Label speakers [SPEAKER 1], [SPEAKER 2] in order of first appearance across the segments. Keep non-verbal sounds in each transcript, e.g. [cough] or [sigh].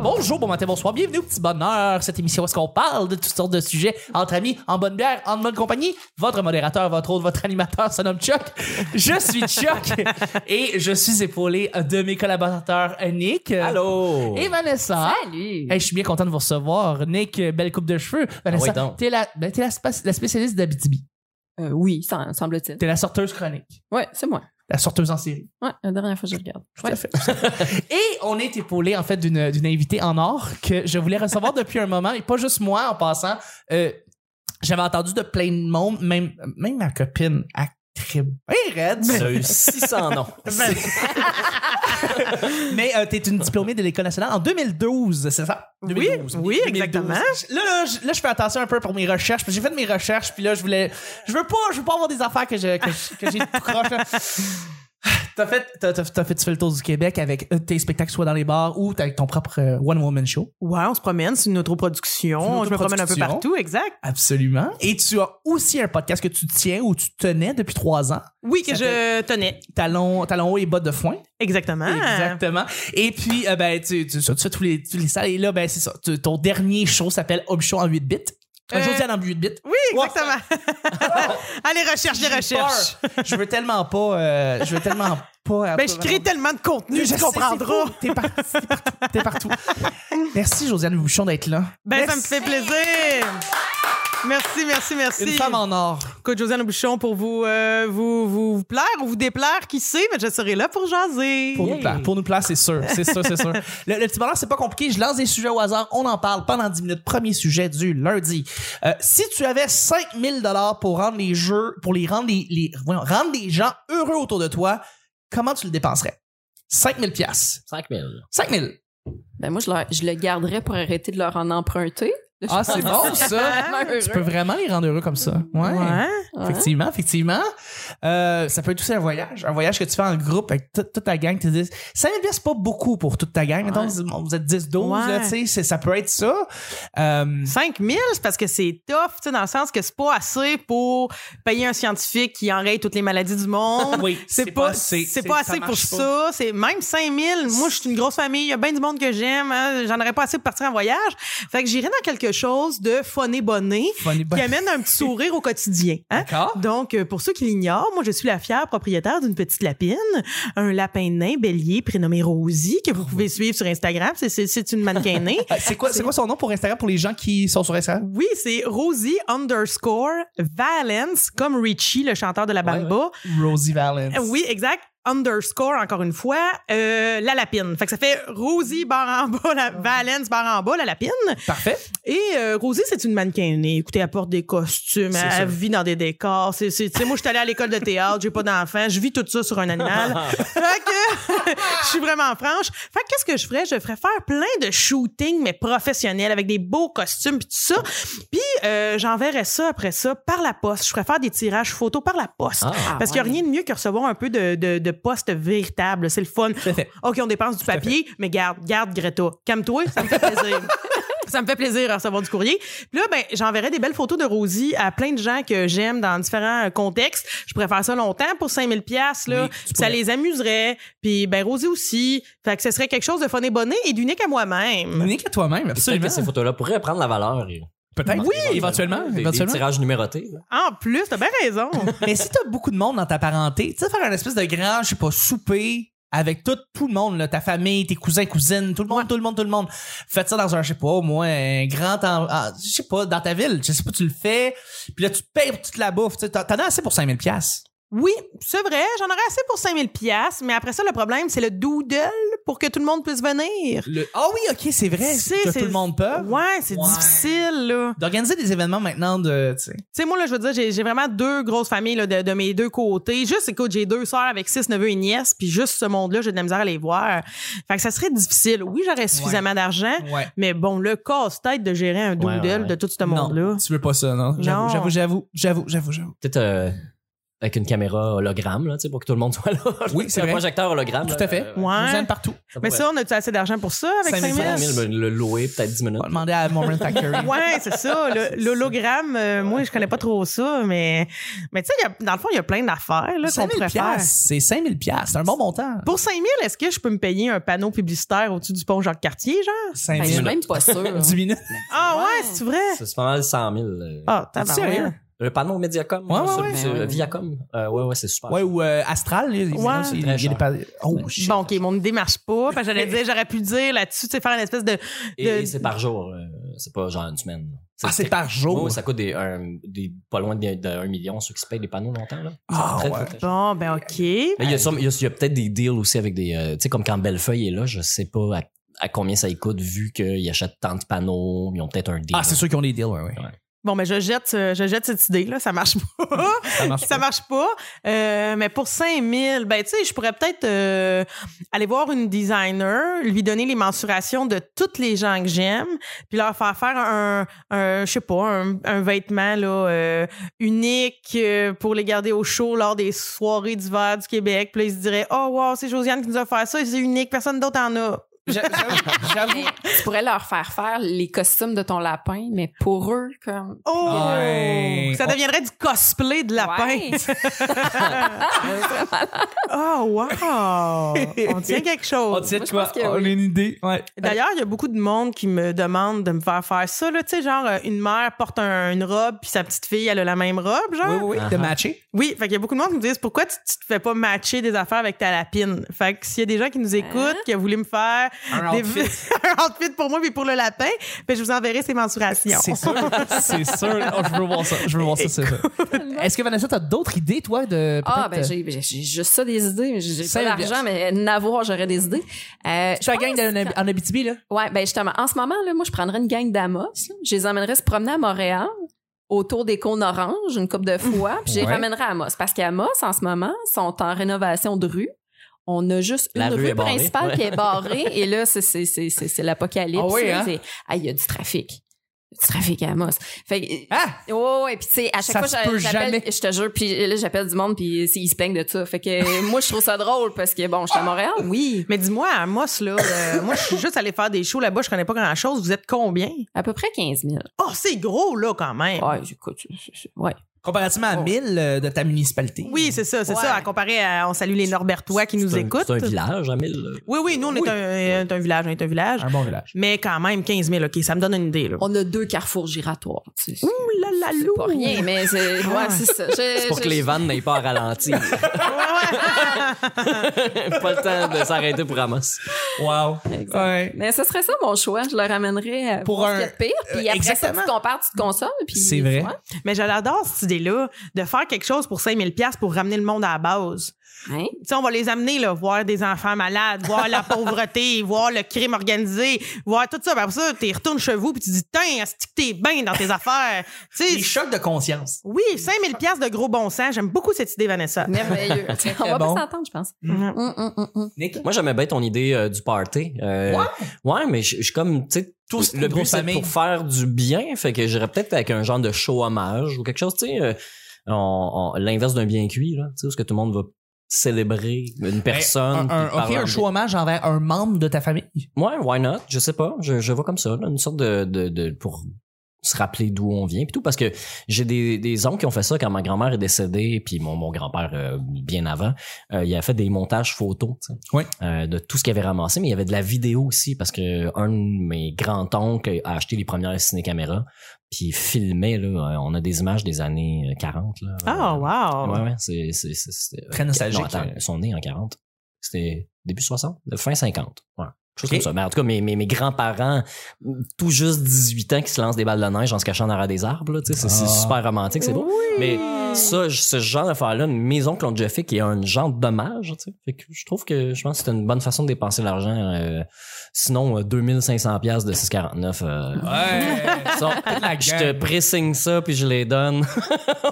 [SPEAKER 1] bonjour, bon matin, bonsoir, bienvenue au petit bonheur, cette émission où est-ce qu'on parle de toutes sortes de sujets entre amis, en bonne bière, en bonne compagnie. Votre modérateur, votre autre, votre animateur se nomme Chuck. Je suis
[SPEAKER 2] [laughs]
[SPEAKER 1] Chuck et je suis épaulé de mes collaborateurs Nick.
[SPEAKER 2] Allô!
[SPEAKER 1] Et Vanessa.
[SPEAKER 3] Salut!
[SPEAKER 1] Hey, je suis bien content de vous recevoir. Nick, belle coupe de cheveux. Vanessa,
[SPEAKER 2] oui donc.
[SPEAKER 1] t'es la, ben, t'es la, spa- la spécialiste d'Abitibi.
[SPEAKER 3] Euh, oui, sem- semble-t-il.
[SPEAKER 1] T'es la sorteuse chronique.
[SPEAKER 3] Ouais, c'est moi.
[SPEAKER 1] La sorteuse en série.
[SPEAKER 3] Ouais, la dernière fois que je regarde. Ouais.
[SPEAKER 1] [laughs] Et on est épaulé en fait d'une d'une invitée en or que je voulais recevoir depuis un moment et pas juste moi en passant. Euh, J'avais entendu de plein de monde, même, même ma copine à Red.
[SPEAKER 2] Ça a eu 600 noms.
[SPEAKER 1] Mais, [laughs] mais euh, t'es une diplômée de l'École nationale en 2012, c'est ça?
[SPEAKER 4] Oui,
[SPEAKER 1] 2012.
[SPEAKER 4] oui, exactement.
[SPEAKER 1] Là, là, je, là, je fais attention un peu pour mes recherches. parce que J'ai fait mes recherches, puis là, je voulais. Je veux pas, je veux pas avoir des affaires que j'ai que je- que j'ai tout croche.
[SPEAKER 4] [laughs]
[SPEAKER 1] là. T'as fait, t'as, t'as- t'as fait, tu fais le tour du Québec avec euh, tes spectacles, soit dans les bars ou avec ton propre euh, one-woman show.
[SPEAKER 4] Ouais, on se promène, c'est une
[SPEAKER 1] C'est une
[SPEAKER 4] autoproduction. Je me promène un peu
[SPEAKER 1] autoproduction.
[SPEAKER 4] partout, exact.
[SPEAKER 1] Absolument. Et tu as aussi un podcast que tu tiens ou tu tenais depuis trois ans.
[SPEAKER 4] Oui, que
[SPEAKER 1] Ça
[SPEAKER 4] je tenais.
[SPEAKER 1] Talons, talons hauts et bottes de foin.
[SPEAKER 4] Exactement.
[SPEAKER 1] Exactement. Et puis, euh, ben, tu, tu, ça, tu fais tous les, tous les salles. Et là, ben, c'est ça. Tu- ton dernier show s'appelle Home Show en 8 bits. Un
[SPEAKER 4] Euh,
[SPEAKER 1] Josiane en 8 bits.
[SPEAKER 4] Oui, exactement. [laughs] Allez, recherche, les
[SPEAKER 1] J'ai
[SPEAKER 4] recherches.
[SPEAKER 1] peur. Je veux tellement pas. euh, je veux tellement pas.
[SPEAKER 4] [laughs] Ben, je crée tellement de contenu,
[SPEAKER 1] sais,
[SPEAKER 4] tu
[SPEAKER 1] c'est
[SPEAKER 4] comprendras.
[SPEAKER 1] fou. T'es par- t'es partout. T'es
[SPEAKER 4] [laughs]
[SPEAKER 1] partout. Merci, Josiane Bouchon, d'être là.
[SPEAKER 4] Ben, ça me
[SPEAKER 1] Merci.
[SPEAKER 4] fait plaisir. Merci, merci, merci.
[SPEAKER 1] Une femme en or.
[SPEAKER 4] Écoute, Josiane Bouchon, pour vous, euh, vous, vous, vous plaire ou vous déplaire, qui sait, mais je serai là pour jaser.
[SPEAKER 1] Pour nous plaire, pour nous plaire, c'est sûr, c'est sûr, c'est sûr. Le, le petit bonheur, c'est pas compliqué. Je lance des sujets au hasard, on en parle pendant 10 minutes. Premier sujet du lundi. Euh, si tu avais 5000 dollars pour rendre les jeux, pour les rendre les, les- voyons, rendre les gens heureux autour de toi, comment tu le dépenserais 5000 pièces.
[SPEAKER 2] 5000.
[SPEAKER 1] 5000.
[SPEAKER 3] Ben moi, je, leur- je le garderais pour arrêter de leur en emprunter. Là, je
[SPEAKER 1] Ah, c'est
[SPEAKER 3] pense-
[SPEAKER 1] bon ça.
[SPEAKER 3] Vraiment [laughs] heureux.
[SPEAKER 1] Tu peux vraiment les rendre heureux comme ça. Ouais.
[SPEAKER 4] Ouais.
[SPEAKER 3] Ouais.
[SPEAKER 1] Effectivement, effectivement. Euh, ça peut être aussi un voyage. Un voyage que tu fais en groupe avec toute toute ta gang. Tu te dis, 5 000 c'est pas beaucoup pour toute ta gang. Mettons, vous- vous êtes 10, 12,
[SPEAKER 4] Ouais.
[SPEAKER 1] là, tu sais, c'est- ça peut être ça.
[SPEAKER 4] [laughs]
[SPEAKER 1] Euh,
[SPEAKER 4] 5 000, c'est parce que c'est tough, tu sais, dans le sens que c'est pas assez pour payer un scientifique qui enraye toutes les maladies du monde.
[SPEAKER 1] [laughs] oui,
[SPEAKER 4] C'est pas, c'est pas assez pour ça. C'est même 5 000. Moi, je suis une grosse famille. Il y a bien du monde que j'aime. hein. J'en aurais pas assez pour partir en voyage. Fait que j'irais dans quelque chose de funné bonné
[SPEAKER 1] Funny
[SPEAKER 4] qui
[SPEAKER 1] bonnet.
[SPEAKER 4] amène un petit sourire au quotidien. hein.
[SPEAKER 1] D'accord.
[SPEAKER 4] Donc, euh, pour ceux qui l'ignorent, moi, je suis la fière propriétaire d'une petite lapine, un lapin nain bélier prénommé Rosie, que vous pouvez suivre sur Instagram. C'est- C'est c'est une mannequinée. [laughs]
[SPEAKER 1] Euh, C'est quoi, c'est quoi son nom pour Instagram pour les gens qui sont sur Instagram?
[SPEAKER 4] Oui, c'est Rosie underscore Valence, comme Richie, le chanteur de la bamba.
[SPEAKER 1] Rosie Valence.
[SPEAKER 4] Euh, Oui, exact. Underscore, encore une fois, euh, la lapine. Fait que ça fait Rosie barre en bas, la, Valence barre en bas, la lapine.
[SPEAKER 1] Parfait.
[SPEAKER 4] Et euh, Rosie, c'est une mannequin. Écoutez, elle porte des costumes,
[SPEAKER 1] C'est
[SPEAKER 4] elle,
[SPEAKER 1] ça.
[SPEAKER 4] vit dans des décors. C'est, c'est, tu sais, moi, je suis allée à l'école de théâtre, j'ai pas d'enfant, je vis tout ça sur un animal.
[SPEAKER 1] [laughs]
[SPEAKER 4] fait que [laughs] je suis vraiment franche. Fait que qu'est-ce que je ferais? Je ferais faire plein de shootings, mais professionnels, avec des beaux costumes puis tout ça. Puis euh, j'enverrais ça après ça par la poste. Je ferais faire des tirages photos par la poste.
[SPEAKER 2] Ah.
[SPEAKER 3] Ah,
[SPEAKER 4] Parce qu'il n'y a
[SPEAKER 3] ouais.
[SPEAKER 4] rien de mieux que recevoir un peu de, de, de postes véritables. C'est le fun.
[SPEAKER 1] fait.
[SPEAKER 4] OK, on dépense du papier, mais garde, garde, Greta. Calme-toi, ça me
[SPEAKER 1] [laughs]
[SPEAKER 4] fait plaisir. Ça me fait plaisir de recevoir du courrier. Puis là, ben, j'enverrai des belles photos de Rosie à plein de gens que j'aime dans différents euh, contextes. Je pourrais faire ça longtemps pour 5000 pièces là.
[SPEAKER 1] Oui, tu
[SPEAKER 4] ça
[SPEAKER 1] pourrais.
[SPEAKER 4] les amuserait. Puis ben Rosie aussi. Fait que ce serait quelque chose de fun et bonnet et d'unique à moi-même.
[SPEAKER 1] Nique à toi-même,
[SPEAKER 2] Peut-être
[SPEAKER 1] absolument.
[SPEAKER 2] que ces photos-là pourraient prendre la valeur. et-
[SPEAKER 1] Peut-être. Oui, éventuellement.
[SPEAKER 2] Des, des
[SPEAKER 1] éventuellement.
[SPEAKER 2] tirages numérotés. là.
[SPEAKER 4] En plus, t'as bien
[SPEAKER 1] [laughs]
[SPEAKER 4] raison.
[SPEAKER 1] Mais si t'as beaucoup de monde dans ta parenté, tu sais, faire un espèce de grand, je sais pas, souper avec tout, tout le monde, là, ta famille, tes cousins, cousines, tout le monde, tout le monde, tout le monde. Faites ça dans un, je sais pas, au moins, un grand, en- ah, je sais pas, dans ta ville, je sais pas, tu le fais, puis là, tu payes pour toute la bouffe, tu sais, t'en t'en as assez pour 5000 pièces.
[SPEAKER 4] Oui, c'est vrai, j'en aurais assez pour 5000 pièces, mais après ça le problème, c'est le doodle pour que tout le monde puisse venir.
[SPEAKER 1] Ah oui, ok, c'est vrai,
[SPEAKER 4] Tu sais,
[SPEAKER 1] que
[SPEAKER 4] c'est-
[SPEAKER 1] tout le monde peut.
[SPEAKER 4] Ouais, c'est
[SPEAKER 1] Ouais.
[SPEAKER 4] difficile là.
[SPEAKER 1] D'organiser des événements maintenant de, tu sais.
[SPEAKER 4] Tu sais, moi, là, je veux dire, j'ai j'ai vraiment deux grosses familles là, de, de mes deux côtés. Juste, écoute, j'ai deux sœurs avec six neveux et nièces, puis juste ce monde-là, j'ai de la misère à les voir. Fait que ça serait difficile. Oui, j'aurais suffisamment d'argent,
[SPEAKER 1] Ouais.
[SPEAKER 4] mais bon, le casse-tête de gérer un doodle
[SPEAKER 2] Ouais, ouais, ouais.
[SPEAKER 4] de tout ce
[SPEAKER 1] Non,
[SPEAKER 4] monde-là.
[SPEAKER 1] tu veux pas ça, non? J'avoue, [laughs]
[SPEAKER 4] Non.
[SPEAKER 1] j'avoue, j'avoue, j'avoue, j'avoue, j'avoue.
[SPEAKER 2] Peut-être euh, avec une caméra hologramme, là, tu sais, pour que tout le monde [laughs] soit là.
[SPEAKER 1] Oui, c'est
[SPEAKER 2] un
[SPEAKER 1] vrai.
[SPEAKER 2] projecteur hologramme.
[SPEAKER 1] Tout
[SPEAKER 2] là,
[SPEAKER 1] à fait.
[SPEAKER 2] euh,
[SPEAKER 1] Nous
[SPEAKER 4] Ouais.
[SPEAKER 1] aime partout.
[SPEAKER 4] Mais
[SPEAKER 2] pourrait-
[SPEAKER 4] ça, on a-tu assez d'argent pour ça avec
[SPEAKER 1] 5 000
[SPEAKER 4] 5 000?
[SPEAKER 2] 5 000, ben, le louer peut-être 10 minutes.
[SPEAKER 1] On va demander à Moment [laughs] Factory.
[SPEAKER 4] Ouais, c'est ça. le- L'hologramme, euh, moi, je connais pas trop ça, mais, mais tu sais, il y a- dans le fond, il y a plein d'affaires là, qu'on
[SPEAKER 1] 5 000
[SPEAKER 4] pourrait faire.
[SPEAKER 1] piastres, c'est 5 000 piastres, c'est un bon montant.
[SPEAKER 4] Pour 5 000, est-ce que je peux me payer un panneau publicitaire au-dessus du pont Jacques-Cartier, genre?
[SPEAKER 1] 5
[SPEAKER 3] Ben, je suis
[SPEAKER 1] 000
[SPEAKER 3] même pas sûre.
[SPEAKER 1] 10 minutes.
[SPEAKER 4] Ah ouais,
[SPEAKER 3] Ouais.
[SPEAKER 4] c'est vrai?
[SPEAKER 2] C'est c'est pas mal 100 000. euh,
[SPEAKER 4] Ah,
[SPEAKER 1] T'es
[SPEAKER 4] tabarouette.
[SPEAKER 1] sérieux?
[SPEAKER 2] Le panneau Mediacom,
[SPEAKER 1] Ouais,
[SPEAKER 2] là,
[SPEAKER 1] ouais,
[SPEAKER 2] sur-
[SPEAKER 1] ouais.
[SPEAKER 2] sur-
[SPEAKER 3] Ouais, ouais.
[SPEAKER 2] Viacom. Euh, ouais, ouais, c'est super.
[SPEAKER 1] Ouais, ou euh, Astral, les
[SPEAKER 4] Ouais.
[SPEAKER 1] il
[SPEAKER 2] Très
[SPEAKER 1] y a des
[SPEAKER 2] cher.
[SPEAKER 1] pa- Oh, shit.
[SPEAKER 4] Bon, OK, mon idée marche pas. parce que
[SPEAKER 2] [laughs]
[SPEAKER 4] j'allais dire, j'aurais pu dire là-dessus, tu sais, faire une espèce de.
[SPEAKER 2] Et,
[SPEAKER 4] de-
[SPEAKER 2] et c'est par jour, euh, c'est pas genre une semaine.
[SPEAKER 1] Ah, c'est par jour.
[SPEAKER 2] Ouais, ça coûte des, un- des- pas loin de, de 1 million ceux qui se payent des panneaux longtemps. Là.
[SPEAKER 1] Ah,
[SPEAKER 2] Très,
[SPEAKER 1] ouais.
[SPEAKER 2] très, très cher.
[SPEAKER 4] Bon, ben, OK.
[SPEAKER 2] Mais il y a, sûrement- il y a- il y a peut-être des deals aussi avec des. euh, tu sais, comme quand Bellefeuille est là, je sais pas à, à combien ça y coûte vu qu'ils achètent tant de panneaux, ils ont peut-être un deal.
[SPEAKER 1] Ah, c'est sûr qu'ils ont des deals, ouais, ouais.
[SPEAKER 4] Bon, ben, je jette, euh, je jette cette idée, là. Ça marche
[SPEAKER 2] [laughs]
[SPEAKER 4] pas.
[SPEAKER 1] Ça [laughs] marche
[SPEAKER 4] ça
[SPEAKER 1] pas.
[SPEAKER 4] marche pas. Euh, mais pour 5000, ben, tu sais, je pourrais peut-être euh, aller voir une designer, lui donner les mensurations de toutes les gens que j'aime, puis leur faire faire un, un je sais pas, un, un vêtement là, euh, unique euh, pour les garder au chaud lors des soirées d'hiver du Québec. Puis là, ils se diraient, oh, wow, c'est Josiane qui nous a fait ça, c'est unique, personne d'autre en a.
[SPEAKER 3] Mais tu pourrais leur faire faire les costumes de ton lapin, mais pour eux, comme.
[SPEAKER 4] Oh!
[SPEAKER 1] Ouais.
[SPEAKER 4] Ça deviendrait du cosplay de lapin.
[SPEAKER 1] [laughs]
[SPEAKER 3] Ouais.
[SPEAKER 4] Oh, wow! On tient quelque chose.
[SPEAKER 1] On tient
[SPEAKER 3] Moi, je
[SPEAKER 1] quoi?
[SPEAKER 3] pense que
[SPEAKER 1] On a
[SPEAKER 3] oui.
[SPEAKER 1] une idée. Ouais.
[SPEAKER 4] D'ailleurs, il y a beaucoup de monde qui me demande de me faire faire ça. Là, tu sais, genre, euh, une mère porte un- une robe, puis sa petite fille, elle a la même robe, genre.
[SPEAKER 1] Oui,
[SPEAKER 4] Oui,
[SPEAKER 1] oui, oui.
[SPEAKER 2] Ah,
[SPEAKER 1] De
[SPEAKER 2] ah.
[SPEAKER 1] matcher.
[SPEAKER 4] fait qu'il y a beaucoup de monde qui me disent pourquoi tu, tu te fais pas matcher des affaires avec ta lapine. Fait que s'il y a des gens qui nous écoutent, qui voulaient me faire
[SPEAKER 1] Un
[SPEAKER 4] des-
[SPEAKER 1] outfit.
[SPEAKER 4] [laughs] un outfit pour moi puis pour le lapin, ben, je vous enverrai ces mensurations. [laughs]
[SPEAKER 1] C'est sûr. C'est [laughs] sûr. Oh, je veux voir ça. Je veux voir ça, c'est ça. Est-ce que Vanessa, t'as d'autres idées, toi, de.
[SPEAKER 3] Ah, ben
[SPEAKER 1] peut-être, euh,
[SPEAKER 3] j'ai j'ai- j'ai juste ça des idées. mais J'ai
[SPEAKER 1] Ça,
[SPEAKER 3] pas d'argent, mais n'avoir, j'aurais des idées. Euh,
[SPEAKER 1] Je suis à la gang de- en Abitibi, là.
[SPEAKER 3] Ouais, ben justement, en ce moment, là, moi, je prendrais une gang d'Amos. là. Je les emmènerais se promener à Montréal autour des cônes oranges une coupe
[SPEAKER 1] [laughs]
[SPEAKER 3] de fois, puis je les
[SPEAKER 1] Ouais.
[SPEAKER 3] ramènerais à Amos. Parce qu'à Amos, en ce moment, sont en rénovation de rue. On a juste
[SPEAKER 2] La
[SPEAKER 3] une
[SPEAKER 2] rue
[SPEAKER 3] rue,
[SPEAKER 2] est barrée.
[SPEAKER 3] principale
[SPEAKER 2] Ouais.
[SPEAKER 3] qui
[SPEAKER 1] [laughs]
[SPEAKER 3] est barrée. et là, c'est, c'est, c'est, c'est, c'est l'apocalypse.
[SPEAKER 1] Ah oui,
[SPEAKER 3] là.
[SPEAKER 1] hein?
[SPEAKER 3] C'est- Ah, il y a du trafic. Il y a Du trafic à Amos. Fait que,
[SPEAKER 1] Ah!
[SPEAKER 3] Oh, et puis tu sais, à
[SPEAKER 1] Ça
[SPEAKER 3] chaque
[SPEAKER 1] se
[SPEAKER 3] fois,
[SPEAKER 1] peut
[SPEAKER 3] j'a- j'appelle,
[SPEAKER 1] jamais.
[SPEAKER 3] je te jure, puis là, j'appelle du monde, puis ils se plaignent de ça. Fait que moi, je trouve ça drôle parce que, bon, je suis à Montréal, oui,
[SPEAKER 4] Mais dis-moi, à Amos, là, euh, moi, je suis juste allée faire des shows là-bas, je connais pas grand-chose. Vous êtes combien?
[SPEAKER 3] à peu près 15 000.
[SPEAKER 4] Oh, c'est gros, là, quand même.
[SPEAKER 3] Ouais, écoute, c'est- c'est- ouais.
[SPEAKER 1] Comparativement à
[SPEAKER 3] Oh.
[SPEAKER 1] 1000 euh, de ta municipalité.
[SPEAKER 4] Oui, c'est ça, c'est
[SPEAKER 3] Ouais.
[SPEAKER 4] ça. À comparer à, on salue les Norbertois qui nous
[SPEAKER 2] C'est un-
[SPEAKER 4] écoutent.
[SPEAKER 2] C'est un village à 1000.
[SPEAKER 4] Oui, oui, nous, on est,
[SPEAKER 1] Oui.
[SPEAKER 4] un, on est un village, on est un village.
[SPEAKER 1] Un bon village.
[SPEAKER 4] Mais quand même, 15 000, OK, ça me donne une idée. Là.
[SPEAKER 3] On a deux carrefours giratoires. tu sais.
[SPEAKER 4] Ouh là là,
[SPEAKER 3] C'est pas
[SPEAKER 4] lourd. [laughs]
[SPEAKER 3] rien, mais c'est ouais, c'est ça. Je-
[SPEAKER 2] C'est pour
[SPEAKER 3] je-
[SPEAKER 2] que les vannes n'aient pas à ralenti. [laughs] pas le temps de s'arrêter pour Amos.
[SPEAKER 1] Wow.
[SPEAKER 3] Exact.
[SPEAKER 1] Ouais.
[SPEAKER 3] Mais ce serait ça mon choix. Je le ramènerais euh,
[SPEAKER 1] Pour
[SPEAKER 3] pour
[SPEAKER 1] un-
[SPEAKER 3] un pire, puis
[SPEAKER 1] euh,
[SPEAKER 3] après ça,
[SPEAKER 1] exactement.
[SPEAKER 3] tu te compares, tu te consoles. puis-
[SPEAKER 1] C'est vrai.
[SPEAKER 3] Ouais.
[SPEAKER 4] Mais j'adore cette idée-là de faire quelque chose pour 5 000 pour ramener le monde à la base.
[SPEAKER 3] Hein?
[SPEAKER 4] Tu sais, on va les amener, là, voir des enfants malades, voir la pauvreté, voir le crime organisé, voir tout ça. Ben, Après ça, tu retournes chez vous puis tu dis, tiens, est-ce que t'es bien dans tes affaires? Tu
[SPEAKER 1] Les
[SPEAKER 4] sais,
[SPEAKER 1] chocs de conscience.
[SPEAKER 4] oui, 5 000 de gros bon sens. J'aime beaucoup cette idée, Vanessa.
[SPEAKER 3] Merveilleux. [laughs] On va
[SPEAKER 1] bon.
[SPEAKER 3] pas s'entendre, je pense.
[SPEAKER 4] Mhm.
[SPEAKER 3] Hum, hum, hum, hum.
[SPEAKER 1] Nick?
[SPEAKER 2] Moi, j'aimais bien ton idée euh, du party. Euh,
[SPEAKER 1] Ouais.
[SPEAKER 2] ouais, mais je je suis comme, tu sais,
[SPEAKER 1] Tous une
[SPEAKER 2] le but,
[SPEAKER 1] grosse
[SPEAKER 2] c'est
[SPEAKER 1] famille.
[SPEAKER 2] pour faire du bien. Fait que j'irais peut-être avec un genre de show hommage ou quelque chose, tu sais, euh, on- on- l'inverse d'un bien cuit, là, tu sais, où est-ce que tout le monde va célébrer une personne.
[SPEAKER 1] Ben, Un, un,
[SPEAKER 2] puis
[SPEAKER 1] ok,
[SPEAKER 2] parler-
[SPEAKER 1] un show hommage envers un membre de ta famille.
[SPEAKER 2] Ouais, why not? Je sais pas. Je, je vois comme ça, là, une sorte de, de, de- pour se rappeler d'où on vient puis tout parce que j'ai des, des oncles qui ont fait ça quand ma grand-mère est décédée puis mon, mon grand-père euh, bien avant euh, il a fait des montages photos tu sais,
[SPEAKER 1] Oui.
[SPEAKER 2] euh, de tout ce qu'il avait ramassé mais il y avait de la vidéo aussi parce que un de mes grands-oncles a acheté les premières ciné-caméras puis il filmait là euh, on a des images des années 40 là Euh,
[SPEAKER 4] Ah, wow.
[SPEAKER 2] ouais ouais c'est c'est c'est- c'était-
[SPEAKER 1] Très nostalgique.
[SPEAKER 2] non, attends, ils sont nés en 40. C'était début 60, fin 50. Ouais. Chose
[SPEAKER 1] Ok.
[SPEAKER 2] comme ça. Mais en tout cas, mes, mes, mes grands-parents, mm, tout juste 18 ans, qui se lancent des balles de neige en se cachant derrière des arbres, là, tu sais, c'est c'est
[SPEAKER 1] Ah.
[SPEAKER 2] super romantique, c'est beau. Mais ça, j- ce genre d'affaire-là, une maison que l'on a déjà fait, qui est un genre de dommage, tu sais. Fait que je trouve que je pense que c'est une bonne façon de dépenser l'argent. euh, sinon, euh, 2500 pièces de
[SPEAKER 1] [laughs]
[SPEAKER 2] 649. euh,
[SPEAKER 1] hein. Ouais.
[SPEAKER 2] ça, je te pressigne ça puis je les donne [laughs]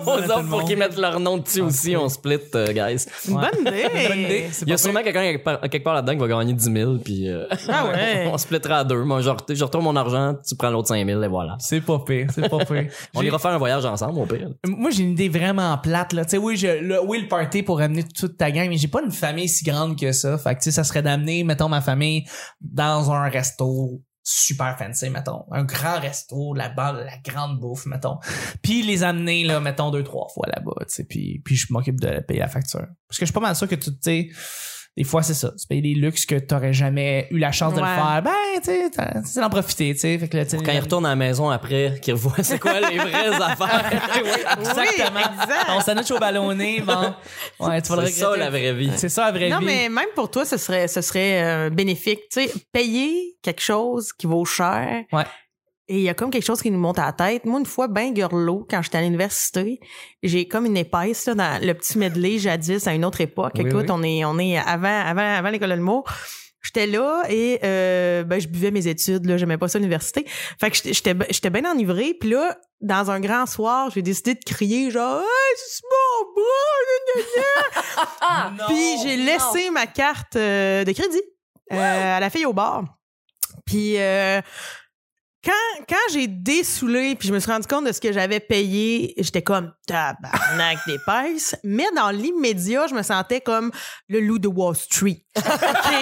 [SPEAKER 2] aux
[SPEAKER 1] à tout le
[SPEAKER 2] autres pour
[SPEAKER 1] monde. Ah,
[SPEAKER 2] qu'ils mettent leur nom dessus aussi. On split, euh, guys.
[SPEAKER 4] Bonne idée.
[SPEAKER 1] Bonne idée. C'est
[SPEAKER 2] Il y a
[SPEAKER 1] pas
[SPEAKER 2] sûrement quelqu'un quelque part, quelque part là-dedans qui va gagner 10 000, puis euh,
[SPEAKER 4] Ah ouais.
[SPEAKER 2] [laughs] on se splittera à deux. Moi, je, ret- je retourne mon argent, tu prends l'autre 5000 et voilà.
[SPEAKER 1] C'est pas pire, c'est pas pire.
[SPEAKER 2] On
[SPEAKER 1] J'ai-
[SPEAKER 2] ira faire un voyage ensemble, au pire.
[SPEAKER 1] Moi, j'ai une idée vraiment plate, là. Tu sais, oui, je, le, oui, le party pour amener toute ta gang, mais j'ai pas une famille si grande que ça. Fait que, tu sais, ça serait d'amener, mettons, ma famille dans un resto super fancy, mettons. Un grand resto, la, ba- la grande bouffe, mettons. Puis les amener, là, mettons, deux, trois fois là-bas, tu sais. Puis, puis je m'occupe de payer la facture. Parce que je suis pas mal sûr que tu, tu sais, des fois, c'est ça. Tu payes des luxes que t'aurais jamais eu la chance de le
[SPEAKER 3] Ouais.
[SPEAKER 1] faire. Ben, tu sais, t'as- c'est d'en profiter, tu sais. Fait que là, tu sais,
[SPEAKER 2] Quand il retourne à la maison après, qu'il revoit c'est quoi les [laughs] vraies affaires.
[SPEAKER 1] [laughs] Exactement.
[SPEAKER 4] Oui, exact.
[SPEAKER 1] Ton sandwich au ballonné, bon. Ouais, tu vas le
[SPEAKER 2] C'est ça
[SPEAKER 1] regretter.
[SPEAKER 2] la vraie vie.
[SPEAKER 1] C'est ça la vraie
[SPEAKER 4] Non,
[SPEAKER 1] vie.
[SPEAKER 4] mais même pour toi, ce serait, ce serait euh, bénéfique. Tu sais, payer quelque chose qui vaut cher.
[SPEAKER 1] Ouais.
[SPEAKER 4] Et il y a comme quelque chose qui nous monte à la tête. Moi, une fois, ben gurlot, quand j'étais à l'université, j'ai comme une épaisse là, dans le petit medley jadis à une autre époque.
[SPEAKER 1] Oui,
[SPEAKER 4] Écoute,
[SPEAKER 1] oui.
[SPEAKER 4] on est on est avant avant avant l'école de l'humour. J'étais là et euh, ben, je buvais mes études. Là, j'aimais pas ça l'université. Fait que j'étais- j'étais ben- j'étais bien enivrée. Puis là, dans un grand soir, j'ai décidé de crier genre hey, c'est mon bras,
[SPEAKER 3] Ah!
[SPEAKER 1] Non.
[SPEAKER 4] puis j'ai laissé ma carte euh, de crédit euh, à la fille au bar. Puis euh, quand, quand j'ai dessoulé, puis je me suis rendu compte de ce que j'avais payé, j'étais comme tabarnak d'épaisse. Mais dans l'immédiat, je me sentais comme le loup de
[SPEAKER 1] [laughs]
[SPEAKER 4] Wall Street. OK?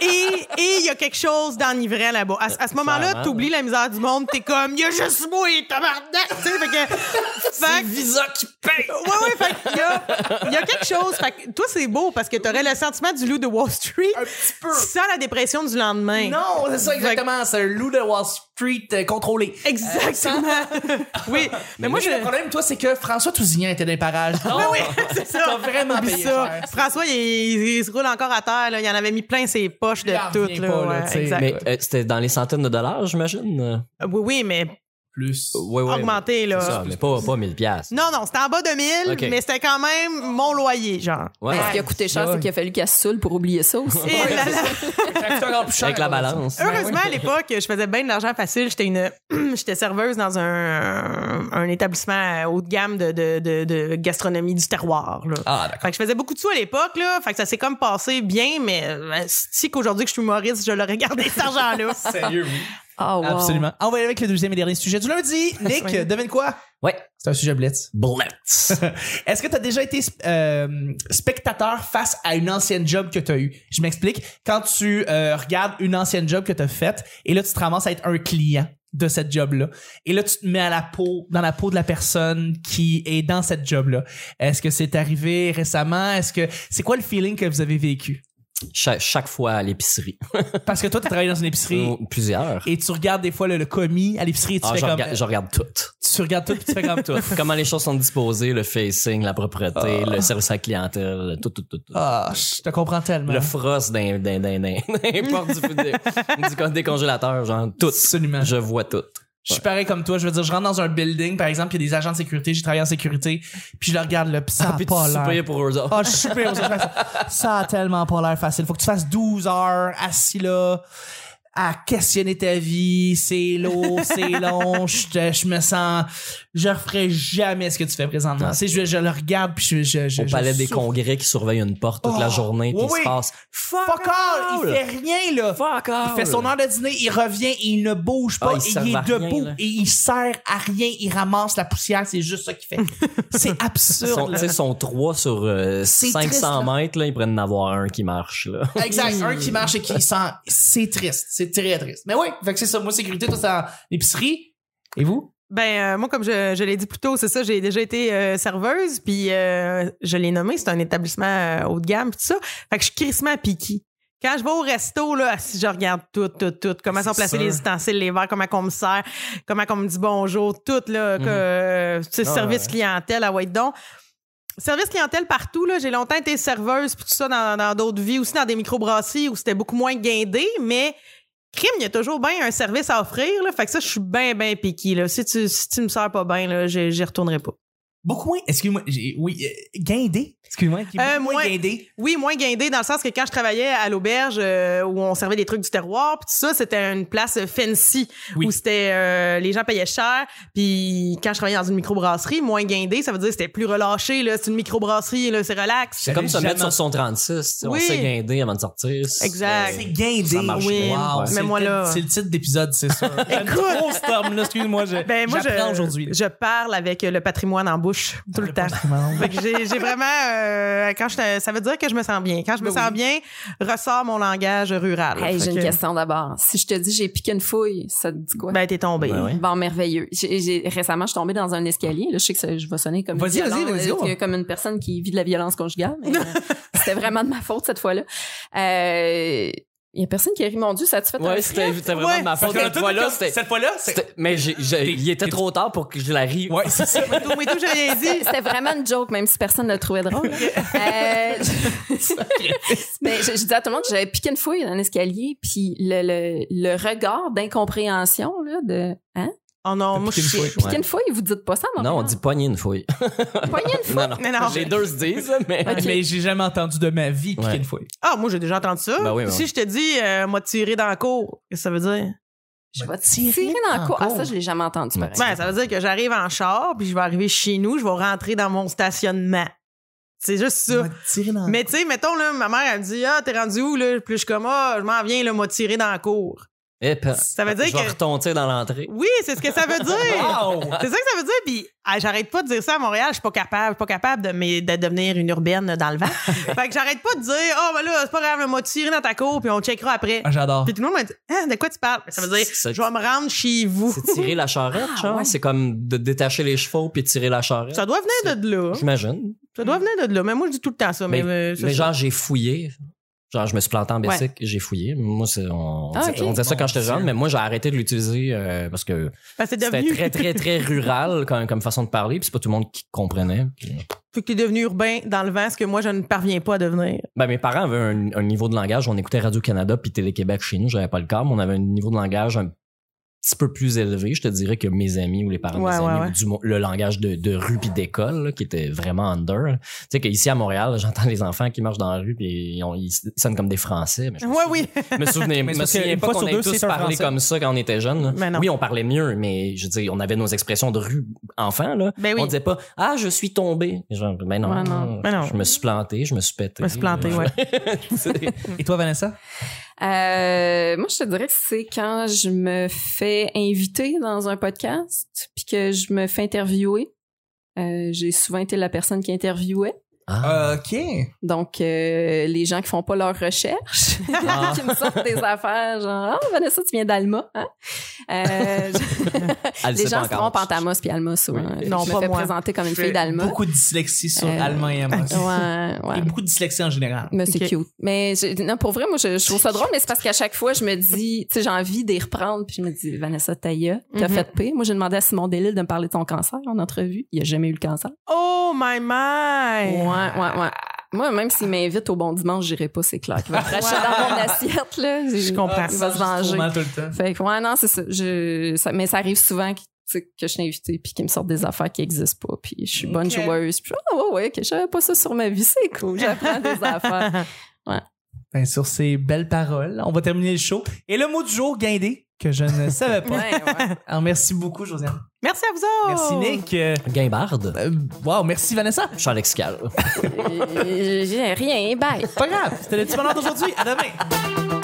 [SPEAKER 4] Et et il y a quelque chose d'enivrant là-bas. À, ce- à ce moment-là,
[SPEAKER 2] Clairement,
[SPEAKER 4] t'oublies la misère du monde, t'es comme, il y a juste moi, tabarnak! Tu sais,
[SPEAKER 1] [laughs]
[SPEAKER 4] fait que- fait que-
[SPEAKER 2] Visa qui paye!
[SPEAKER 4] Ouais, ouais, fait qu'il y a, il y a quelque chose. Fait que toi, c'est beau parce que t'aurais le sentiment du loup de Wall Street
[SPEAKER 1] un petit peu.
[SPEAKER 4] sans la dépression du lendemain.
[SPEAKER 1] Non, c'est ça exactement. C'est un loup de Wall Street euh, contrôlé.
[SPEAKER 4] Exactement. oui. Mais, moi, je.
[SPEAKER 1] Le problème, toi, c'est que François Tousignan était dans les parages. Non,
[SPEAKER 4] oui, [laughs] c'est ça.
[SPEAKER 1] T'as vraiment
[SPEAKER 4] Oublie
[SPEAKER 1] payé
[SPEAKER 4] ça.
[SPEAKER 1] cher.
[SPEAKER 4] François, il, il se roule encore à terre. Là. Il en avait mis plein ses poches de
[SPEAKER 1] Il en
[SPEAKER 4] tout.
[SPEAKER 1] revient
[SPEAKER 4] Là,
[SPEAKER 1] pas, là,
[SPEAKER 4] ouais,
[SPEAKER 1] tu sais.
[SPEAKER 4] exact.
[SPEAKER 2] Mais euh, c'était dans les centaines de dollars, j'imagine? Euh,
[SPEAKER 4] Oui, oui, mais
[SPEAKER 1] Plus.
[SPEAKER 2] Ouais, ouais.
[SPEAKER 4] augmenté.
[SPEAKER 2] C'est
[SPEAKER 4] Là.
[SPEAKER 2] ça, mais pas, pas 1000 piastres.
[SPEAKER 4] Non, non, c'était en bas de 1000,
[SPEAKER 2] Ok.
[SPEAKER 4] mais c'était quand même mon loyer, genre.
[SPEAKER 2] Ouais.
[SPEAKER 3] Ben, ce qui a coûté cher,
[SPEAKER 1] Ouais.
[SPEAKER 3] c'est qu'il a fallu qu'elle se saoule pour oublier ça aussi.
[SPEAKER 4] Et là, là.
[SPEAKER 2] Avec la balance.
[SPEAKER 4] Heureusement, à l'époque, je faisais bien de l'argent facile. J'étais une, [clears throat] j'étais serveuse dans un, un établissement haut de gamme de, de, de, de gastronomie du terroir. Là.
[SPEAKER 2] Ah, d'accord.
[SPEAKER 4] Fait que je faisais beaucoup de sous à l'époque, là. Fait que ça s'est comme passé bien, mais euh, si qu'aujourd'hui que je suis humoriste, je l'aurais gardé
[SPEAKER 2] [laughs]
[SPEAKER 4] cet argent-là.
[SPEAKER 1] Sérieux, oui.
[SPEAKER 3] Ah, wow.
[SPEAKER 1] Absolument. On va y aller avec le deuxième et dernier sujet du
[SPEAKER 4] [laughs]
[SPEAKER 1] lundi. Nick,
[SPEAKER 4] Oui.
[SPEAKER 1] devine quoi?
[SPEAKER 2] Ouais.
[SPEAKER 1] C'est un sujet blitz.
[SPEAKER 2] Blitz.
[SPEAKER 1] Est-ce que tu as déjà été euh, spectateur face à une ancienne job que tu as eue? Je m'explique. Quand tu euh, regardes une ancienne job que tu as faite et là, tu te ramasses à être un client de cette job-là. Et là, tu te mets à la peau, dans la peau de la personne qui est dans cette job-là. Est-ce que c'est arrivé récemment? Est-ce que, c'est quoi le feeling que vous avez vécu?
[SPEAKER 2] Cha- chaque fois à l'épicerie.
[SPEAKER 1] Parce que toi, tu travailles dans une épicerie
[SPEAKER 2] Plusieurs.
[SPEAKER 1] et tu regardes des fois le, le commis à l'épicerie et tu
[SPEAKER 2] Oh. Ah,
[SPEAKER 1] fais
[SPEAKER 2] je,
[SPEAKER 1] comme,
[SPEAKER 2] regarde, je regarde tout.
[SPEAKER 1] tu regardes tout et tu fais comme toi.
[SPEAKER 2] [laughs] Comment les choses sont disposées, le facing, la propreté, le service à la clientèle, tout, tout, tout. tout.
[SPEAKER 1] Ah, je te comprends tellement.
[SPEAKER 2] Le frost d'un, d'un, d'un, [laughs] d'un, d'un porte du, du, du décongélateur, genre, tout.
[SPEAKER 1] Absolument.
[SPEAKER 2] Je vois tout.
[SPEAKER 1] Je suis pareil comme toi. Je veux dire, je rentre dans un building, par exemple, il y a des agents de sécurité, j'ai travaillé en sécurité, puis je le regarde là, puis ça a
[SPEAKER 2] Ah, Puis tu
[SPEAKER 1] Ah, pas
[SPEAKER 2] soupires
[SPEAKER 1] l'air.
[SPEAKER 2] pour eux autres.
[SPEAKER 1] Ah, je suis pire aux autres. Ça a tellement pas l'air facile. Faut que tu fasses 12 heures assis là à questionner ta vie. C'est lourd, [laughs] c'est long. Je, te- je me sens... Je referai jamais ce que tu fais présentement. Tu sais, je, je le regarde, puis je... je, je
[SPEAKER 2] Au
[SPEAKER 1] je
[SPEAKER 2] palais des
[SPEAKER 1] souffre.
[SPEAKER 2] congrès qui surveille une porte toute la
[SPEAKER 1] Oh,
[SPEAKER 2] journée, puis
[SPEAKER 1] oui,
[SPEAKER 2] il
[SPEAKER 1] oui.
[SPEAKER 2] se passe.
[SPEAKER 1] Fuck all! Il fait rien, là!
[SPEAKER 2] Fuck
[SPEAKER 1] Il fait son heure de dîner, il revient, et il ne bouge pas,
[SPEAKER 2] Ah, il
[SPEAKER 1] et
[SPEAKER 2] sert
[SPEAKER 1] il
[SPEAKER 2] à
[SPEAKER 1] est
[SPEAKER 2] rien,
[SPEAKER 1] debout,
[SPEAKER 2] là.
[SPEAKER 1] et il sert à rien, il ramasse la poussière, c'est juste ça qu'il
[SPEAKER 2] [laughs]
[SPEAKER 1] fait. c'est absurde.
[SPEAKER 2] Son,
[SPEAKER 1] là.
[SPEAKER 2] tu sais, son 3 sur euh,
[SPEAKER 1] C'est
[SPEAKER 2] 500
[SPEAKER 1] triste, là.
[SPEAKER 2] mètres, là, ils prennent en avoir un qui marche. Là.
[SPEAKER 1] Exact, un qui marche et qui sent. C'est triste, c'est très triste. Mais oui, fait que c'est ça, moi sécurité, toi c'est en épicerie. Et vous?
[SPEAKER 4] Ben, euh, moi, comme je, je l'ai dit plus tôt, c'est ça, j'ai déjà été euh, serveuse, puis euh, je l'ai nommé, c'est un établissement euh, haut de gamme, puis tout ça. Fait que je suis crissement piquée. Quand je vais au resto, là, ah, si je regarde tout, tout, tout, comment
[SPEAKER 1] C'est
[SPEAKER 4] sont placés
[SPEAKER 1] sûr.
[SPEAKER 4] les ustensiles, les verres, comment qu'on me sert, comment qu'on me dit bonjour, tout, là, que,
[SPEAKER 2] Mhm.
[SPEAKER 4] euh, tu sais,
[SPEAKER 2] Ah,
[SPEAKER 4] service
[SPEAKER 2] ouais.
[SPEAKER 4] clientèle à White Don. Service clientèle partout, là. J'ai longtemps été serveuse, puis tout ça, dans dans d'autres vies, aussi dans des microbrasseries où c'était beaucoup moins guindé, mais crime, il y a toujours bien un service à offrir. Là. Fait que ça, je suis bien, bien piqué. Là. Si tu, si tu me sers pas bien, là, j'y j'y retournerai pas.
[SPEAKER 1] Beaucoup moins, excuse-moi, j'ai- oui, euh, guindé, excuse-moi, qui est
[SPEAKER 4] Euh,
[SPEAKER 1] beaucoup moins
[SPEAKER 4] moins-
[SPEAKER 1] guindé.
[SPEAKER 4] Oui, moins guindé dans le sens que quand je travaillais à l'auberge euh, où on servait des trucs du terroir, puis tout ça, c'était une place fancy
[SPEAKER 1] Oui.
[SPEAKER 4] où c'était euh, les gens payaient cher. Puis quand je travaillais dans une microbrasserie, moins guindé, ça veut dire que c'était plus relâché là, c'est une microbrasserie là, c'est relax.
[SPEAKER 2] C'est comme se
[SPEAKER 1] J'avais
[SPEAKER 2] mettre
[SPEAKER 1] jamais-
[SPEAKER 2] sur son 36. tu sais,
[SPEAKER 4] Oui.
[SPEAKER 2] On s'est guindé avant de sortir. c'est-
[SPEAKER 4] Exact.
[SPEAKER 1] C'est guindé.
[SPEAKER 2] Ça marche
[SPEAKER 4] Oui.
[SPEAKER 2] bien,
[SPEAKER 1] Wow,
[SPEAKER 2] ouais.
[SPEAKER 1] c'est
[SPEAKER 4] Mais
[SPEAKER 1] le
[SPEAKER 4] moi,
[SPEAKER 1] thème-
[SPEAKER 4] là-
[SPEAKER 1] C'est le titre d'épisode, c'est
[SPEAKER 2] [laughs]
[SPEAKER 1] ça. J'aime trop ce terme-là, excuse-moi, je-
[SPEAKER 4] Ben moi
[SPEAKER 1] j'apprends
[SPEAKER 4] je
[SPEAKER 1] aujourd'hui. Ah, là.
[SPEAKER 4] je parle avec le patrimoine en bouche tout le, temps. Fait que j'ai j'ai vraiment euh, quand je ça veut dire que je me sens bien. Quand je me
[SPEAKER 1] Ben
[SPEAKER 4] sens bien, ressort mon langage rural.
[SPEAKER 3] Hey,
[SPEAKER 4] Fait
[SPEAKER 3] j'ai une
[SPEAKER 4] que-
[SPEAKER 3] question d'abord. Si je te dis j'ai piqué une fouille, ça te dit quoi?
[SPEAKER 4] Ben t'es tombé.
[SPEAKER 2] Ben ouais.
[SPEAKER 3] Bon, merveilleux. J'ai- j'ai- récemment, je suis tombée dans un escalier. Là, je sais que ça- je vais sonner comme, une
[SPEAKER 1] Vas-y, vas-y,
[SPEAKER 3] violente-
[SPEAKER 1] vas-y, ouais.
[SPEAKER 3] que- comme une personne qui vit de la violence conjugale. mais,
[SPEAKER 2] [laughs]
[SPEAKER 3] euh, C'était vraiment de ma faute cette fois-là. Euh, Il y a personne qui a ri. Mon Dieu, ça te fait un
[SPEAKER 2] euh, Ouais, c'était c'était vraiment
[SPEAKER 4] Ouais.
[SPEAKER 2] de ma
[SPEAKER 1] Parce
[SPEAKER 2] faute.
[SPEAKER 1] que là,
[SPEAKER 2] Cette
[SPEAKER 1] tout
[SPEAKER 2] fois-là,
[SPEAKER 1] comme-
[SPEAKER 2] c'était.
[SPEAKER 1] cette fois-là, c'est.
[SPEAKER 2] c'était- Mais j'ai- j'ai- il était
[SPEAKER 1] T'es-
[SPEAKER 2] trop tard pour que je la rie.
[SPEAKER 1] Ouais, c'est ça.
[SPEAKER 4] Tout, mais tout, j'ai rien dit.
[SPEAKER 3] C'était [laughs] c'était vraiment une joke, même si personne ne le trouvait drôle. Euh,
[SPEAKER 2] [laughs]
[SPEAKER 3] je- Mais je, je disais à tout le monde que j'avais piqué une fouille dans l'escalier, puis le, le, le regard d'incompréhension, là, de Hein?
[SPEAKER 4] Oh non, moi je
[SPEAKER 2] une
[SPEAKER 4] suis
[SPEAKER 2] fouille.
[SPEAKER 3] Piquer
[SPEAKER 2] Ouais.
[SPEAKER 3] une fouille, vous dites pas ça, à Montréal?
[SPEAKER 2] Non, on dit pogner une fouille.
[SPEAKER 3] Poignée une fouille.
[SPEAKER 2] [laughs] Non, non.
[SPEAKER 4] Mais non.
[SPEAKER 2] Les deux se disent, mais.
[SPEAKER 3] Ok.
[SPEAKER 1] Mais j'ai jamais entendu de ma vie piquer
[SPEAKER 2] Ouais.
[SPEAKER 1] une fouille.
[SPEAKER 4] Ah, moi, j'ai déjà entendu ça.
[SPEAKER 2] Ben oui, ben
[SPEAKER 4] si
[SPEAKER 2] oui. Ben,
[SPEAKER 4] je te dis, euh, m'a tiré dans la cour, qu'est-ce que ça veut dire?
[SPEAKER 3] Je vais tirer dans le cours. Ah, ça, je l'ai jamais entendu. par
[SPEAKER 2] Ouais.
[SPEAKER 3] exemple.
[SPEAKER 4] Ben, ça veut dire que j'arrive en char, puis je vais arriver chez nous, je vais rentrer dans mon stationnement. C'est juste ça.
[SPEAKER 1] Tirer dans
[SPEAKER 4] Mais tu sais, mettons, là, ma mère, elle me dit, ah, t'es rendu où, là? Puis je suis comme, ah, je m'en viens, là, m'a tiré dans la cour.
[SPEAKER 2] [laughs] Eh, pa-
[SPEAKER 4] Ça veut dire
[SPEAKER 2] Je vais
[SPEAKER 4] que-
[SPEAKER 2] retomber dans l'entrée.
[SPEAKER 4] Oui, c'est ce que ça
[SPEAKER 2] [laughs]
[SPEAKER 4] veut dire.
[SPEAKER 1] Wow!
[SPEAKER 4] C'est ça que ça veut dire. Puis ah, j'arrête pas de dire ça à Montréal. Je suis pas capable, je suis pas capable de, me- de devenir une urbaine dans
[SPEAKER 2] [laughs]
[SPEAKER 4] le vent. fait que j'arrête pas de dire, oh, ben là, c'est pas grave, m'a tiré dans ta cour, puis on checkera après.
[SPEAKER 1] Ah, J'adore.
[SPEAKER 4] Puis tout le monde m'a dit, Hein, de quoi tu parles? Ça veut dire,
[SPEAKER 2] Ça-
[SPEAKER 4] je vais me rendre chez vous.
[SPEAKER 2] C'est tirer la charrette,
[SPEAKER 3] Ah,
[SPEAKER 2] genre.
[SPEAKER 3] ouais.
[SPEAKER 2] C'est comme de détacher les chevaux puis tirer la charrette.
[SPEAKER 4] Ça doit venir de là.
[SPEAKER 2] J'imagine.
[SPEAKER 4] Ça doit venir de là. Mais moi, je dis tout le temps ça. Mais,
[SPEAKER 2] Mais,
[SPEAKER 4] euh, ça,
[SPEAKER 2] mais
[SPEAKER 4] ça-
[SPEAKER 2] genre, j'ai fouillé. Genre, je me suis planté en Bessic, j'ai fouillé. Moi, c'est- on, on
[SPEAKER 3] Ah,
[SPEAKER 2] disait-
[SPEAKER 3] ok.
[SPEAKER 2] on disait ça quand j'étais
[SPEAKER 1] Mon
[SPEAKER 2] jeune,
[SPEAKER 1] Dieu.
[SPEAKER 2] mais moi, j'ai arrêté de l'utiliser euh, parce que
[SPEAKER 4] parce que t'es
[SPEAKER 2] c'était
[SPEAKER 4] devenu.
[SPEAKER 2] très, très,
[SPEAKER 4] [laughs]
[SPEAKER 2] très rural comme, comme façon de parler, puis c'est pas tout le monde qui comprenait.
[SPEAKER 4] Fait que t'es devenu urbain dans le vent, ce que moi, je ne parviens pas à devenir.
[SPEAKER 2] Ben, mes parents avaient un, un niveau de langage. On écoutait Radio-Canada puis Télé-Québec chez nous. J'avais pas le câble. On avait un niveau de langage un petit peu plus élevé. Je te dirais que mes amis ou les parents
[SPEAKER 4] Ouais,
[SPEAKER 2] de mes
[SPEAKER 4] ouais,
[SPEAKER 2] amis,
[SPEAKER 4] ouais.
[SPEAKER 2] ou du moins le langage de, de rue puis d'école, là, qui était vraiment under. Tu sais qu'ici à Montréal, j'entends les enfants qui marchent dans la rue puis ils, ont- ils sonnent comme des Français. Mais je me
[SPEAKER 4] Ouais, oui.
[SPEAKER 1] [laughs]
[SPEAKER 2] me souvenais,
[SPEAKER 1] Mais
[SPEAKER 2] me
[SPEAKER 1] c'est parce
[SPEAKER 2] souviens
[SPEAKER 1] qu'une
[SPEAKER 2] pas
[SPEAKER 1] fois
[SPEAKER 2] qu'on
[SPEAKER 1] sur
[SPEAKER 2] ait
[SPEAKER 1] deux,
[SPEAKER 2] tous
[SPEAKER 1] c'est un
[SPEAKER 2] parlé
[SPEAKER 1] Français.
[SPEAKER 2] comme ça quand on était jeunes.
[SPEAKER 4] Mais non.
[SPEAKER 2] Oui, on parlait mieux, mais je dis, on avait nos expressions de rue enfant là.
[SPEAKER 4] Ben oui.
[SPEAKER 2] On disait pas ah je suis tombé. Genre, ben non,
[SPEAKER 3] Ouais, non.
[SPEAKER 4] Ben non.
[SPEAKER 2] je me suis planté, je me suis pété.
[SPEAKER 4] Je me suis planté, ouais.
[SPEAKER 2] [laughs] ouais.
[SPEAKER 1] Et toi, Vanessa?
[SPEAKER 3] Euh, moi, je te dirais que c'est quand je me fais inviter dans un podcast, puis que je me fais interviewer. Euh, j'ai souvent été la personne qui interviewait.
[SPEAKER 2] Ah,
[SPEAKER 1] Ok.
[SPEAKER 3] Donc, euh, les gens qui font pas leurs recherches, [laughs]
[SPEAKER 1] Ah.
[SPEAKER 3] qui me sortent des affaires, genre, ah, Vanessa, tu viens d'Alma, hein? Euh, les gens se trompent entre Amos puis Alma, souvent.
[SPEAKER 2] Oui.
[SPEAKER 3] Fait que
[SPEAKER 4] Non,
[SPEAKER 3] je
[SPEAKER 4] pas
[SPEAKER 3] me fais
[SPEAKER 4] moi.
[SPEAKER 3] présenter comme une
[SPEAKER 1] Je
[SPEAKER 3] fille
[SPEAKER 1] fais
[SPEAKER 3] d'Alma.
[SPEAKER 1] Beaucoup de dyslexie sur
[SPEAKER 3] Euh,
[SPEAKER 1] allemand et amos.
[SPEAKER 3] Ouais, ouais.
[SPEAKER 1] Et beaucoup de dyslexie en général.
[SPEAKER 3] Mais c'est
[SPEAKER 4] Ok.
[SPEAKER 3] cute. Mais je- non, pour vrai, moi, je, je trouve ça drôle, mais c'est parce qu'à chaque fois, je me dis, tu sais, j'ai envie d'y reprendre, puis je me dis, Vanessa Taïa, t'as
[SPEAKER 4] Mhm.
[SPEAKER 3] fait pire. Moi, j'ai demandé à Simon Delille de me parler de ton cancer en entrevue. Il a jamais eu le cancer.
[SPEAKER 4] Oh, my, my.
[SPEAKER 3] Ouais, ouais, ouais. Moi, même s'il m'invite au bon dimanche, j'irai pas, c'est clair. Il va cracher dans mon assiette, là.
[SPEAKER 4] Je comprends.
[SPEAKER 1] Ah,
[SPEAKER 3] Il va se venger.
[SPEAKER 1] Mal tout le temps.
[SPEAKER 3] Fait que, ouais, non, c'est ça. Je, ça- mais ça arrive souvent que, tu sais, que je suis invitée puis qu'ils me sortent des affaires qui existent pas puis je suis bonne
[SPEAKER 4] Ok.
[SPEAKER 3] joueuse puis ah ouais ouais que j'avais pas ça sur ma vie c'est cool j'apprends
[SPEAKER 4] [laughs]
[SPEAKER 3] des affaires
[SPEAKER 1] Ben, sur ces belles paroles, on va terminer le show. Et le mot du jour, guindé, que je ne savais pas.
[SPEAKER 3] ouais, ouais.
[SPEAKER 1] [laughs]
[SPEAKER 3] Oh.
[SPEAKER 1] Alors, merci beaucoup, Josiane.
[SPEAKER 4] Merci à vous autres.
[SPEAKER 1] Merci, Nick. Euh,
[SPEAKER 2] Gaimbarde.
[SPEAKER 1] euh, wow, merci, Vanessa.
[SPEAKER 2] Je suis Alex Cal.
[SPEAKER 3] Euh, j'ai rien bye
[SPEAKER 1] Pas grave, c'était le petit bonheur d'aujourd'hui. À demain.